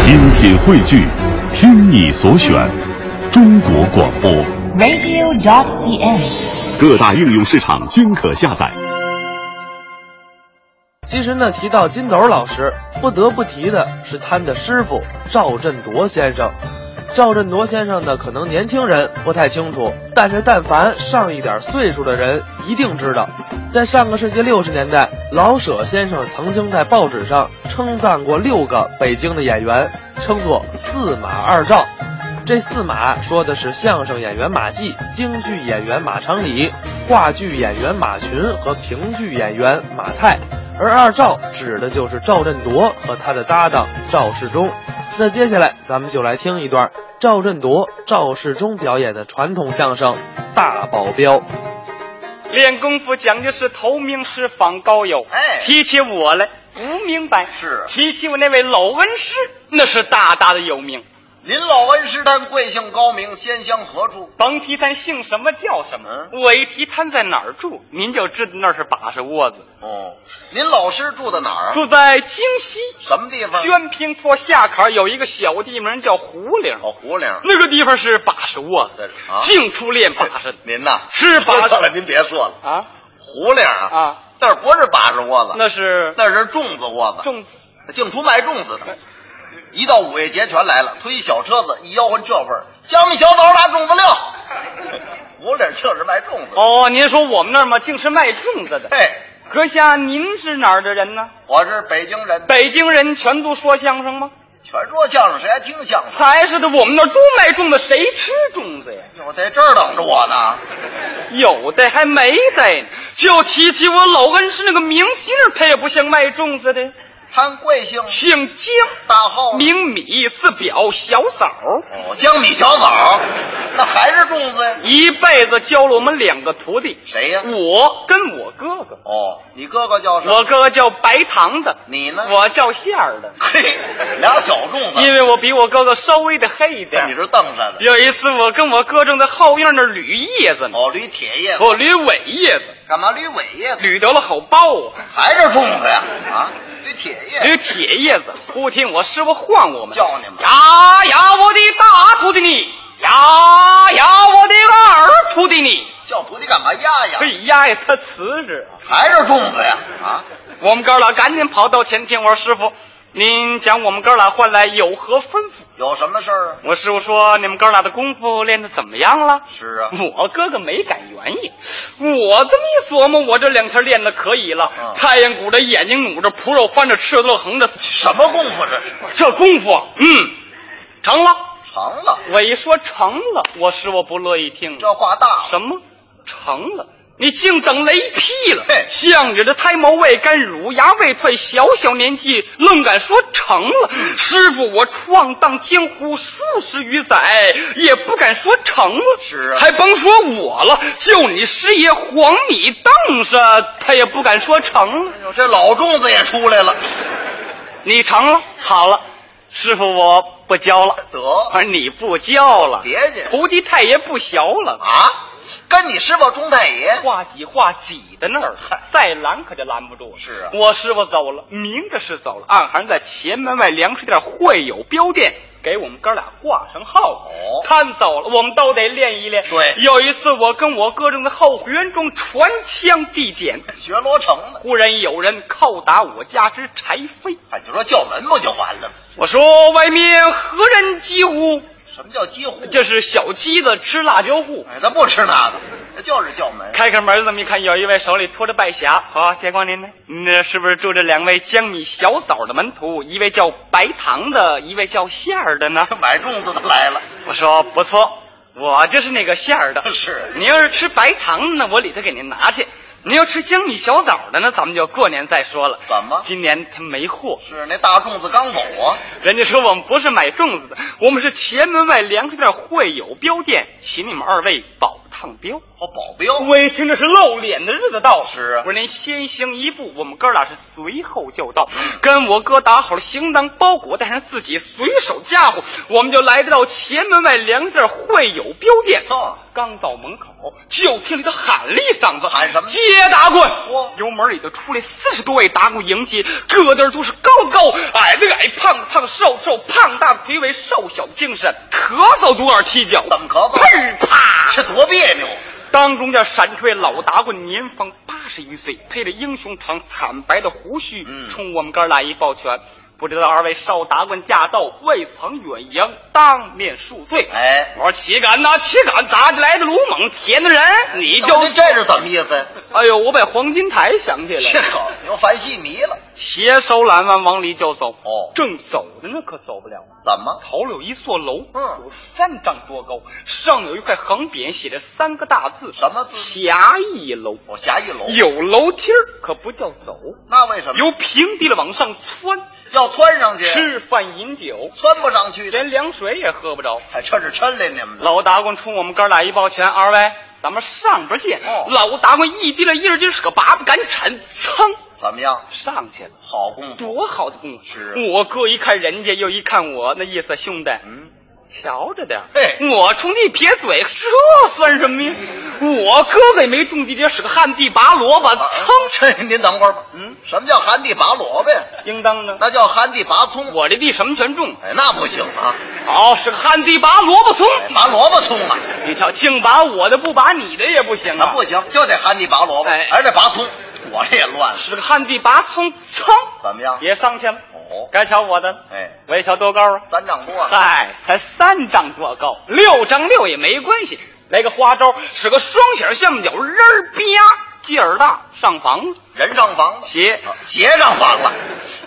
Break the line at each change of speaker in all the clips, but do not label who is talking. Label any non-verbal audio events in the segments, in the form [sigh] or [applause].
精品汇聚，听你所选，中国广播。
radio.cn。
各大应用市场均可下载。
其实呢，提到金斗老师，不得不提的是他的师傅赵振铎先生。赵振铎先生呢，可能年轻人不太清楚，但是但凡上一点岁数的人一定知道，在上个世纪六十年代，老舍先生曾经在报纸上称赞过六个北京的演员，称作“四马二赵”。这四马说的是相声演员马季、京剧演员马长礼、话剧演员马群和评剧演员马泰，而二赵指的就是赵振铎和他的搭档赵世忠。那接下来咱们就来听一段赵振铎、赵世忠表演的传统相声《大保镖》。
练功夫讲究是头名师访高友，
哎嗯
提起我来不明白，
是
提起我那位老恩师，那是大大的有名。
您老恩师他贵姓高明，仙乡何处？
甭提他姓什么叫什么，
嗯
我一提他在哪儿住，您就知道那是把式窝子，
哦，您老师住在哪儿啊？
住在京西
什么地方？
宣平坡下坎有一个小地名叫胡岭，
哦，胡岭。
那个地方是把式窝子
啊，
净出练
[laughs]
把式的
您呐，
是把
[laughs] 算了，
式
您别说了，
啊
胡岭啊，
啊，
那儿不是把式窝子，
那是
那是粽子窝子，
种
净出卖粽子的。一到五月节全来了，推小车子，一吆喝这味儿，江米小枣打粽子料。胡岭就是卖粽子。，
哦，您说我们那儿嘛，竟是卖粽子的。
嘿，
阁下，您是哪儿的人呢？
我是北京人，
北京人全都说相声吗？
全说相声，谁还听相
[laughs]
声？
才是的，我们那儿都卖粽子，谁吃粽子呀？
我在这儿等着我呢。
有的还没的呢。就提起我老恩师那个明星儿，他也不像卖粽子的，
看贵姓，
姓姜，
大号呢
名米，字表，小枣。
哦，江米小枣，那还是粽子呀？
一辈子教了我们两个徒弟，
谁呀、
我跟我哥哥，
哦，你哥哥叫什么？
我哥哥叫白糖的，
你呢？
我叫馅儿的，
嘿，俩小粽子，
因为我比我哥哥稍微的黑一点
你
儿。
是瞪着的。
有一次，我跟我哥正在后院那儿捋叶子呢，
哦，捋铁叶子，
我捋尾叶子，
干嘛捋尾叶子？
捋得了好包啊，
还是粽子呀？啊，捋铁叶。
捋铁叶子。忽听我师傅唤我们，
叫你们
呀呀，我的大徒弟你，呀呀，我的二徒弟你。
叫徒弟干嘛压呀？
嘿呀呀，他辞职啊！
还是粽子呀？啊，
我们哥俩赶紧跑到前厅，我说师傅，您讲我们哥俩换来有何吩咐？
有什么事儿啊？
我师傅说你们哥俩的功夫练得怎么样了？
是啊，
我哥哥没敢原因，我这么一琢磨，我这两天练的可以了，
嗯
太阳鼓着眼睛努着，脯肉翻着，赤子肉横着，
什么功夫这是？
这功夫，嗯，成了。
成了，
我一说成了，我师傅不乐意听
这
了。
话大了。
什么成了？你竟等雷劈了
嘿！
向着这胎毛未干，乳牙未退，小小年纪愣敢说成了。师傅，我闯荡江湖数十余载，也不敢说成了。
是啊
还甭说我了，就你师爷黄米瞪着，他也不敢说成了。
这老粽子也出来了，
你成了，好了，师傅，我不教了。
得
而你不教了，
哦别介
徒弟太爷不学了。
啊，跟你师傅钟太爷
话挤话挤在那儿
嗨，
再拦可就拦不住了。
是啊
我师傅走了，明着是走了，暗含在前门外粮食店会友标店给我们哥俩挂上号。
哦
看走了，我们都得练一练。
对
有一次我跟我哥正在后花园中传枪递剪，
学罗成的。
忽然有人叩打我家之柴扉。
哎，就说叫门不就完了吗？
我说：“外面何人疾呼？”
什么叫几乎？
这是小鸡子吃辣椒户。
哎，他不吃那个，他就是叫门。
开开门，这么一看，有一位手里托着拜匣。好、谢光您呢？您这是不是住着两位江米小枣的门徒？一位叫白糖的，一位叫馅儿的呢？
买粽子的来了，
我说不错，我就是那个馅儿的。
是
您要是吃白糖的呢，我里头给您拿去；您要吃江米小枣的呢，咱们就过年再说了。
怎么
今年他没货，
是那大粽子刚走啊，
人家说我们不是买粽子的，我们是前门外粮食店会友标店，请你们二位保烫标。
哦，保镖，
我一听这是露脸的日子嗯到了，
是啊
我说您先行一步，我们哥俩是随后就到，跟我哥打好了行囊包裹，带上自己随手家伙，我们就来到前门外粮店会友镖店。
哦
刚到门口，就听里头喊了一嗓子，
喊什么
接打滚
哇！
由门里头出来四十多位打鼓迎接，个个都是高的高，矮的矮，胖的胖，瘦的瘦，胖大的腿尾，瘦小的精神，咳嗽多少踢脚，
怎么咳嗽
砰啪！
这多别扭。
当中间闪出位老打棍，年方八十余岁，配着英雄堂惨白的胡须，
嗯
冲我们哥俩一抱拳。不知道二位少打棍驾到，未曾远迎，当面恕罪。
哎
我说岂敢呐，岂敢！打起来的鲁莽，铁的人，你就
这哎这是怎么意思？
哎呦，我把黄金台想起来
这
了，
好，又犯戏迷了。
携手揽腕往里就走。
哦
正走着呢，可走不了。
怎么？
头里有一座楼，
嗯
有三丈多高，上面有一块横匾，写着三个大字，
什么字
侠义楼。
我下一楼。
有楼梯儿，可不叫走，
那为什么？
由平地了往上窜，
要窜上去，
吃饭饮酒，
窜不上去的。
连凉水也喝不着。
哎，这是抻来你们的。
老打滚冲我们哥俩一抱拳，二位，咱们上边见。
哦
老打滚一滴了，一儿就是个拔不赶铲，噌
怎么样？
上去了。
好功夫。
多好的功夫！
嗯是啊
我哥一看人家，又一看我，那意思兄弟，
嗯，
瞧着点儿。
嘿
我冲你撇嘴，这算什么呀？
嗯
我哥哥也没种地，也是个旱地拔萝卜，
啊
噌，
[laughs] 这您等会儿吧。
嗯，
什么叫旱地拔萝卜呀？
应当呢。
那叫旱地拔葱。
我这地什么全种，
哎，那不行啊，
好是个旱地拔萝卜葱。
哎拔萝卜葱啊，
你瞧，净拔我的，不拔你的也不行
那
啊。
不行，就得旱地拔萝卜，
哎
还得拔葱。我这也乱了，
是个旱地拔葱，噌，
怎么样？
也上去了。
哦，
该瞧我的，
哎，
我一瞧多高啊？
三丈多了。
嗨，才三丈多高，六丈六也没关系。来个花招，使个双响象脚，人儿啪，劲儿大，上房子。
人上房了，
鞋
啊鞋上房了，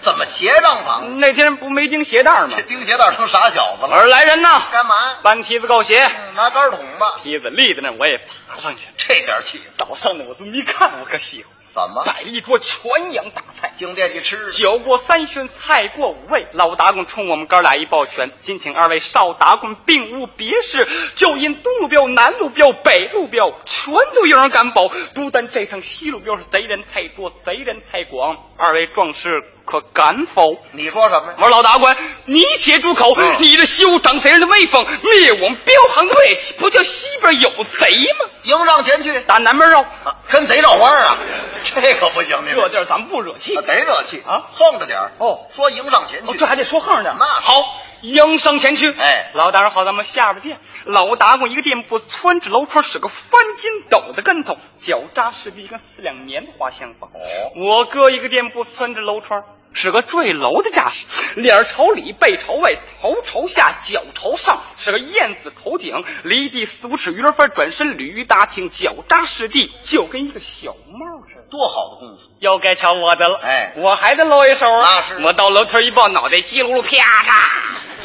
怎么鞋上房？
那天不没钉鞋带吗
这？钉鞋带成傻小子
我
了。
说来人呐，
干嘛？
搬梯子够鞋，
嗯拿杆儿捅吧，
梯子立在那儿，我也爬上去了。
这点气势
早上呢，我这么一看，我可喜欢，
怎么？
摆了一桌全羊大菜。
净惦记吃
酒过三巡，菜过五味，老打工冲我们哥俩一抱拳。今请二位少打工，并无别事，就因东路标、南路标、北路标全都有人敢保，独单这趟西路标是贼人太多，贼人太广。二位壮士可敢否？
你说什么
我？说老大官，你且住口！
嗯
你这修长贼人的威风，灭我们标行的锐气，不就西边有贼吗？
迎上前去，
打南边绕，
啊跟贼绕弯儿啊！这可不行，您
这地儿咱们不惹气
啊。得热气
啊
横着点儿
哦
说迎上前
哦，
去
这，还得说横着。
那是
好，迎上前去。
哎
老大人好，咱们下边见。老达官一个店铺，窜至楼窗，使个翻筋斗的跟头，脚扎实地，跟四两棉花相仿。
哦
我哥一个店铺，窜至楼窗。使个坠楼的架势，脸朝里，背朝外，头朝下，脚朝上，使个燕子头颈，离地四五尺，鱼儿翻转身，鲤鱼打挺，脚扎实地，就跟一个小帽似的。
多好的功夫！
又该瞧我的了，
哎
我还得搂一手啊！
那是啊
我到楼梯一抱，脑袋叽噜噜啪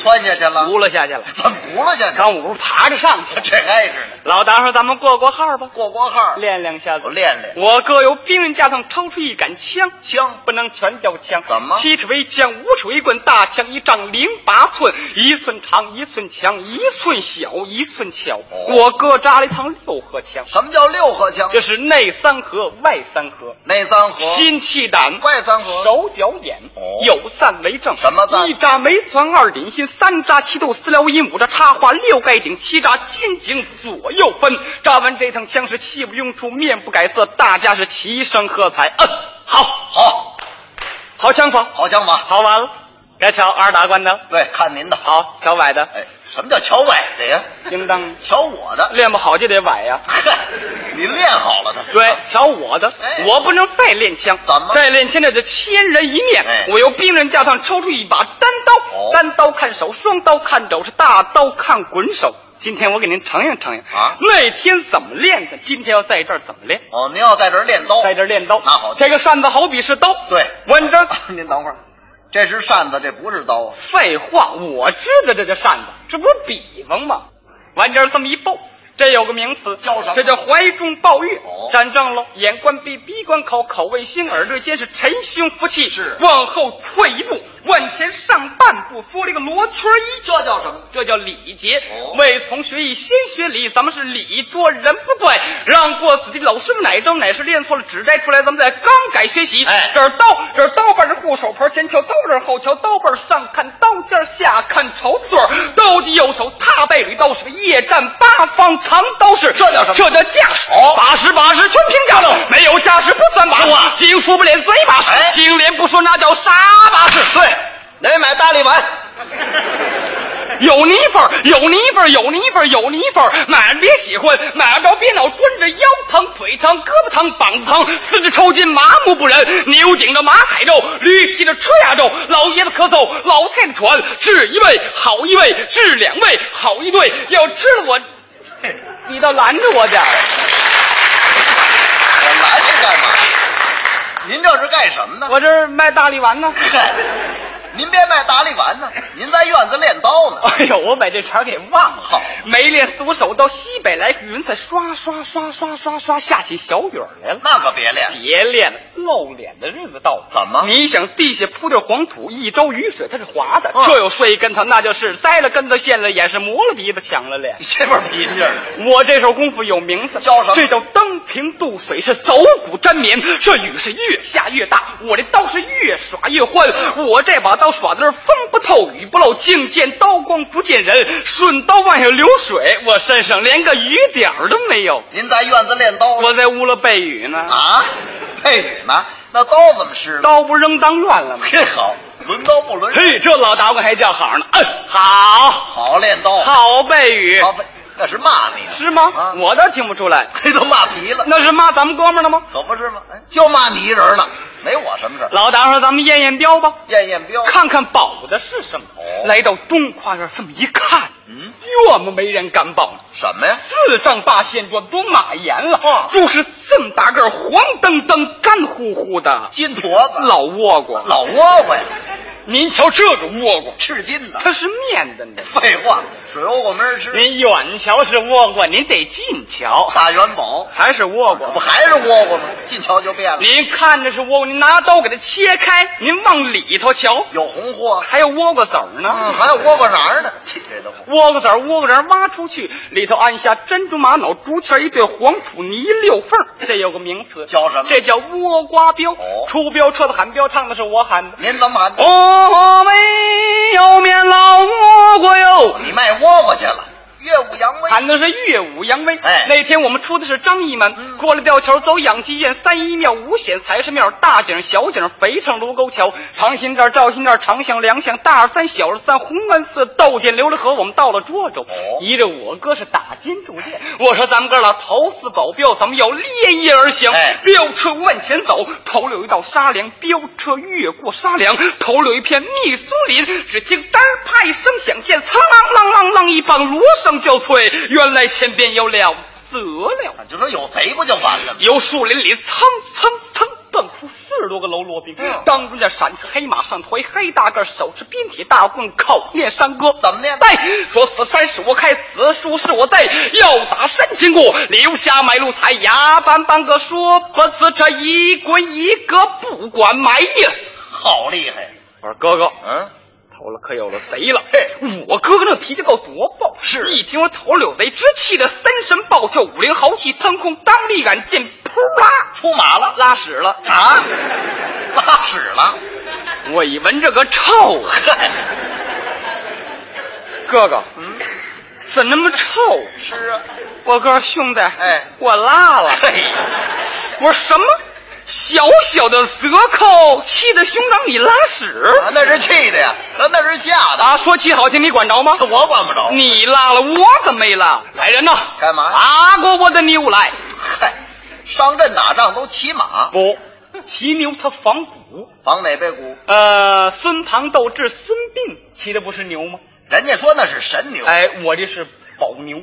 窜下去
嚓，
了，
轱辘下去了。
[laughs] 怎么轱辘下去？
刚我不是爬着上去了，
这挨着呢，
老大说咱们过过号吧，
过过号，
练两下子
我。练练
我哥由兵刃架上抽出一杆枪，
枪，
不能全叫枪，
怎么
七尺为枪，五尺为棍，大枪一丈零八寸，一寸长，一寸强，一寸小，一寸巧。
哦
我哥扎了一趟六合枪，
什么叫六合枪
这？是内三合，外三合，
内三合，
心气胆，
外三合，
手脚眼
哦，
有散为证。
什么赞
一扎眉攒，二点心，三扎七斗，四撩阴，五扎插花，六盖顶，七扎金颈，左右分。扎完这趟枪是气不拥出，面不改色，大家是齐声喝彩。嗯，好，
好，
好枪法，
好枪法，
好完了，该瞧二打官的，
对，看您的。
好瞧崴的，
哎，什么叫瞧崴的呀？
应当
瞧我的。
练不好就得崴呀。
嗨，你练好了的。
对，啊瞧我的，
哎
我不能再练枪，
怎么
再练枪那就千人一面。
哎
我由兵刃架上抽出一把单刀，
哦
单刀看手，双刀看肘，是大刀看滚手。今天我给您承应承应
啊
那天怎么练的？今天要在这儿怎么练？
哦，您要在这儿练刀，
在这儿练刀，
那好
这个扇子好比是刀，
对啊
文章。
[laughs] 您等会儿，这是扇子，这不是刀啊。
废话，我知道这叫扇子，这不是比方吗？完这儿这么一抱，这有个名词
叫什么
这叫怀中抱月。
哦
站正了，眼观鼻，鼻观口，口为心，耳对肩，是沉胸服气。
是
往后退一步，往前上半步，作了一个罗圈一。
这叫什么？
这叫礼节。
哦
为同学艺，先学礼，咱们是礼多人不怪。让过子弟老师傅哪张哪是练错了，指摘出来，咱们再刚改学习。
哎
这儿刀，这儿刀把这护手牌前敲，刀刃后敲，刀把上看刀尖儿下看朝座儿，刀击右手踏背捋刀是夜战八方藏刀式。
这叫什么哦
这叫架势。把式把式全凭架势，没有架势不算把式。经书不练贼把式
哎，
经连不说那叫啥把式？对。
得买大力丸，
[laughs] 有泥粉儿，有泥粉儿，有泥粉儿，有泥粉儿，买了别喜欢，买着别脑专着腰疼、腿疼、胳膊疼、膀子疼，四肢抽筋、麻木不仁，牛顶着马踩肉，驴踢着车压肉，老爷子咳嗽，老太太喘，治一位好一位，治两位好一对，要吃了我，你倒拦着我点儿。
我拦您干嘛？您这是干什么呢？
我这儿卖大力 [laughs] 丸呢。
您别卖大力丸呢，您在院子练刀呢。
哎呦，我把这茬给忘了
好，
没练四五手到西北来，云彩刷刷刷刷刷刷下起小雨儿来了。
那可别练，
别练了，露脸的日子到了。
怎么
你想地下铺着黄土，一周雨水它是滑的，
嗯
这有摔一跟头，那就是栽了跟头，陷了眼，是磨了鼻子，抢了脸。
你这份脾气儿
我这手功夫有名字，
嗯叫什么
这叫登平渡水，是走骨沾棉。这雨是越下越大，我这刀是越耍越欢。我这把刀耍的是风不透雨不漏，净见刀光不见人，顺刀往下流水，我身上连个雨点儿都没有。
您在院子练刀呢
我在屋了背雨呢，
啊？配雨呢？那刀怎么施呢？
刀不扔当乱了吗？
嘿好， [laughs] 抡刀不抡人，
嘿，这老打我还叫好呢。嗯，好，
好练刀。
好背雨
好，那是骂你，
是吗
啊？
我倒听不出来，
这都骂皮了，
那是骂咱们哥们儿的吗？
可不是吗？哎就骂你一人呢，没我什么事儿。
老打说咱们验验标吧，
验验标，
看看保的是什么
哦。
来到东跨院这么一看，
嗯，
我们没人敢保呢。
什么呀？
四丈八仙桌都马岩了
哦，
就是这么大个儿黄澄澄、干乎乎的
金坨子，
老倭瓜。
哦老窝瓜呀，
您瞧这个倭瓜，
吃金的。
它是面
[laughs]
的呢。
废话，水窝瓜没人吃。
您远瞧是倭瓜，您得近瞧
大元宝
还是倭瓜
不。还是窝瓜吗？进瞧就变了，
您看着是倭瓜，您拿刀给它切开，您往里头瞧，
有红货，
还有倭瓜籽儿
嗯，
呢。
还有窝瓜瓤呢，气这都不
倭瓜籽儿、倭瓜瓤儿挖出去，里头按下珍珠玛瑙、竹签儿一对黄土泥六缝儿，这有个名词，
叫什么？
这叫倭瓜标。
哦
出标车子喊标，唱的是我喊的。
您怎么喊？
哦，没有面老倭瓜哟，
你卖窝瓜去了，岳武扬威。
喊的是乐舞扬威。
哎嗯
那天我们出的是张义门，过了吊桥，走养鸡院、三一庙、五显财神庙、大井、小井、肥城卢沟桥、长辛店、赵辛店、长巷、梁巷、大二三、小二三、红安寺、窦店、琉璃河，我们到了涿州。
哦
依着我哥是打金铸剑，我说咱们哥俩投四保镖，咱们要烈夜而行。
哎
飙车往前走，头里有一道沙梁，飙车越过沙梁，头里有一片密苏林。只听“当”啪一声响，见“苍啷啷啷啷”一棒锣声交脆，原来前边有了得了，
就说有贼不就完了吗？
由树林里蹭蹭蹭蹦出四十多个喽啰兵
嗯，
当中这闪着黑马上驮一黑大个，手持鞭铁大棍，口念山歌。
怎么念
带说此山是我开，此树是我栽，要打山前过，留下买路财。牙板板个说不辞这一滚一个不管埋呀。
好厉害！
我说哥哥，
嗯，
头了可有了贼了！
嘿
我哥哥那脾气够多暴，是一听我头了有贼，直气得三神暴跳，五灵豪气腾空，当立杆箭，扑啦出马了，拉屎了。
啊，拉屎了！
我一闻这个臭啊，
嗨，
哥哥，嗯，怎那么臭？
是啊，
我哥兄弟，
哎
我拉
[laughs]
了。
嘿，
我说什么？小小的折扣，气得兄长你拉屎
啊那是气的呀，那那是吓的，
啊！说气好听，你管着吗？
我管不着。
你拉了，我怎么没拉？来人呐！
干嘛
拉过我的牛来！
嗨，上阵打仗都骑马，
不，骑牛它防骨。
防哪背骨？
呃，孙庞斗智，孙膑骑的不是牛吗？
人家说那是神牛，
哎，我这是宝牛，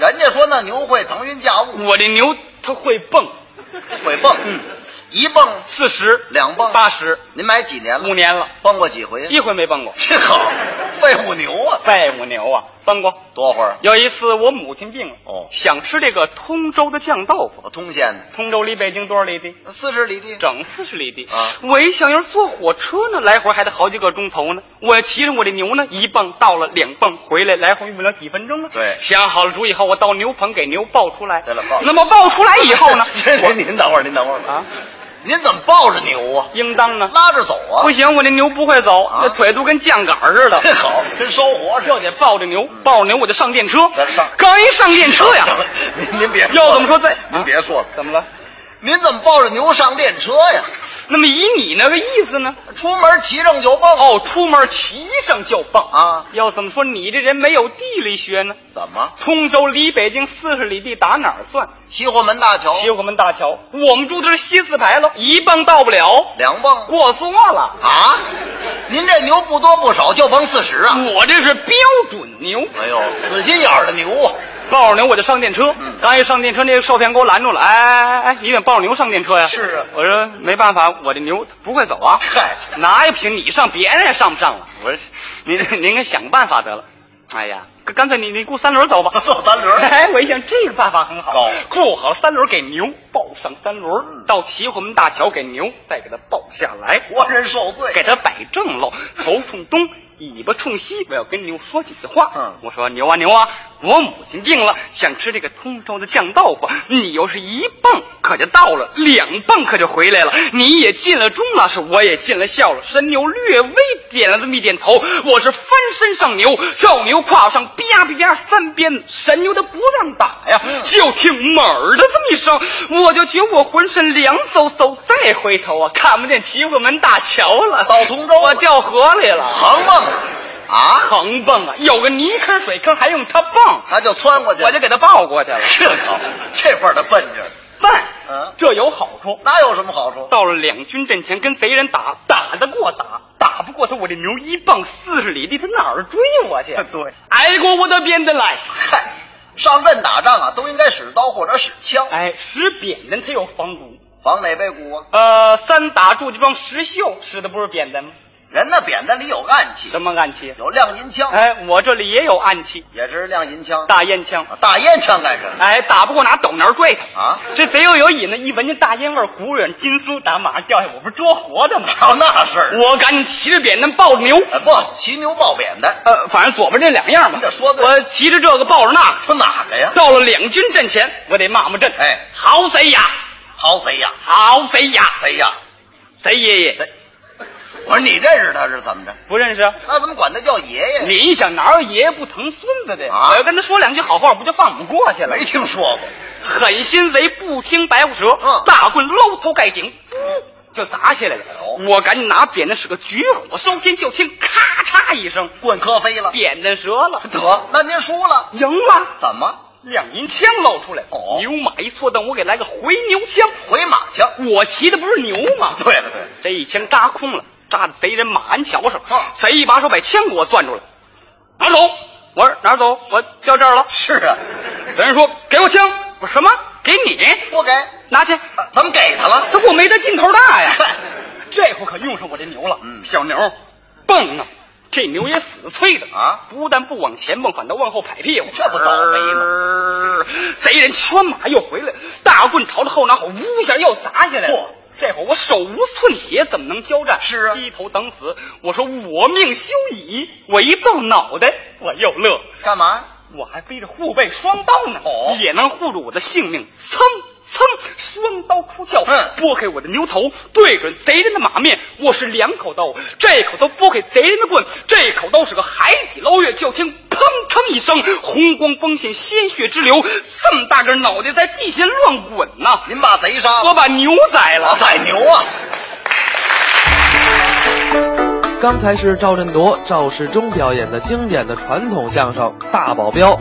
人家说那牛会腾云驾雾，
我这牛它会蹦，
会蹦，
嗯，
一蹦
四十
两蹦
八十，
您买几年了？
五年了，
蹦过几回？啊
一回没蹦过。
这好，废物牛啊！
拜五牛啊！三光，
多会儿
有一次我母亲病了，
哦
想吃这个通州的酱豆腐。
我通县的
通州离北京多少里地？
四十里地，
整四十里地
啊。
我一想要是坐火车呢，来回还得好几个钟头呢。我骑着我的牛呢，一蹦到了，两蹦回来，来回用不了几分钟了。
对
想好了主意以后，我到牛棚给牛抱出来。
对了抱？
那么抱出来以后呢
[laughs] 您您等会儿，您等会儿吧
啊，
您怎么抱着牛啊？
应当呢？
拉着走啊？
不行，我那牛不会走，
啊
那腿都跟酱杆儿似的。
真 [laughs] 好，跟烧火似
这
的。
得抱着牛，抱着牛我就上电车
咱上。
刚一上电车呀，
[laughs] 您您别
要怎么说在啊
您别说了，
怎么了？
您怎么抱着牛上电车呀？
那么以你那个意思呢？
出门骑上就蹦
哦，出门骑上就蹦
啊
要怎么说你这人没有地理学呢？
怎么？
通州离北京四十里地，打哪儿算？
西货门大桥
西河门大桥，我们住的是西四牌楼，一蹦到不了，
两蹦
过错了。
啊？您这牛不多不少，就蹦四十啊？
我这是标准牛，
哎呦，死心眼儿的牛啊！
抱着牛我就上电车。
嗯
刚一上电车，那个售票员给我拦住了，哎哎哎哎，你怎么抱着牛上电车呀？
是啊
我说没办法，我这牛不会走啊。
嗨
哪也不行，你上别人也上不上了。我说您您该想个办法得了。哎呀，干干脆你你雇三轮走吧，
[laughs] 坐三轮哦
哎，我一想这个办法很好
高，
雇好三轮给牛抱上三轮，到齐火门大桥给牛再给它抱下来，
活人受
给
罪，
它摆正喽，头冲东，尾巴冲西。我要跟牛说几句话。
嗯
我说牛啊牛啊，我母亲病了，想吃这个通州的酱豆腐。你要是一蹦可就到了，两蹦可就回来了。你也进了钟了，是我也进了孝了。神牛略微点了这么一点头，我是翻身上牛，照牛胯上啪啪啪三鞭，神牛它不让打呀，就听猛儿的这么一声，我就觉我浑身凉飕飕。再回头啊，看不见齐国门大桥
[laughs]
了。
到通州了
我掉河里了，
横蹦啊，
横蹦啊，有个泥坑水坑，还用它蹦，
他就窜过去了，
我就给它抱过去了。
这好，这份儿的笨劲儿，
但
啊嗯
这有好处，
哪有什么好处？
到了两军阵前跟贼人打，打得过打，打不过他，我这牛一蹦四十里地，他哪儿追我去？
对，
挨过我的鞭子来，
嗨，上阵打仗啊，都应该使刀或者使枪，
哎，使扁担他有防骨。
防哪背骨啊？
呃，三打祝家庄石秀使的不是扁担吗？
人那扁担里有暗器，
什么暗器？
有亮银枪，
哎，我这里也有暗器，
也是亮银枪，啊
大烟枪。
大烟枪干什么？
哎，打不过拿斗拿拽他
啊
这贼又有瘾呢，一闻见大烟味儿，古远金丝打马上掉下，我不是捉活
[laughs]
的吗？
哦，那事儿，
我赶紧骑着扁担抱着牛，
哎不，骑牛抱扁担，
呃，反正左边这两样吧。
你这说对
我骑着这个抱着那个，
说哪个呀？
到了两军阵前，我得骂骂阵。
哎
好贼呀，
好贼呀，
好贼呀，
贼呀！
贼爷爷
贼我说你认识他是怎么着？
不认识。
那怎么管他叫爷爷？
你想哪有爷爷不疼孙子的？
啊
我要跟他说两句好话，不就放我们过去了？
没听说过，
狠心贼不听白虎舌，
嗯
大棍搂头盖顶，噗就砸下来了。我赶紧拿扁担，使个举火烧天，就听咔嚓一声，
棍磕飞了。
扁担折了，
得，那您输了，
赢了。
怎么
两银枪露出来，
哦
牛马一错蹬，我给来个回牛枪。
回马枪？
我骑的不是牛吗？
[laughs] 对了对了，
这一枪扎空了，扎在贼人马鞍桥上
啊。
贼一把手把枪给我攥住了，拿走。我说哪儿走？我掉这儿了。
是啊，
贼人说给我枪。我说什么？给你？
不给，
拿去。
啊咱们给他了。
这我没他劲头大呀。
嗨
[laughs] 这回可用上我这牛了。
嗯
小牛，蹦啊！这牛也死催的
啊
不但不往前蹦，反倒往后拍屁股，
这不倒霉
吗？呃贼人圈马又回来了，大棍朝着后脑勺呜一下又砸下来了
嚯。
这会儿我手无寸铁，怎么能交战？
是啊
低头等死。我说我命休矣！我一抱脑袋，我又乐，
干嘛？
我还背着护背双刀呢，
哦
也能护住我的性命。噌噌，双刀出鞘，
嗯
拨开我的牛头，对准贼人的马面。我是两口刀，这口刀拨开贼人的棍，这口刀是个海底捞月。就听砰砰一声，红光崩现，鲜血直流，这么大个脑袋在地下乱滚呐、
您把贼杀了，
我把牛宰
我
了。
宰牛啊！
刚才是赵振铎、赵世忠表演的经典的传统相声《大保镖》，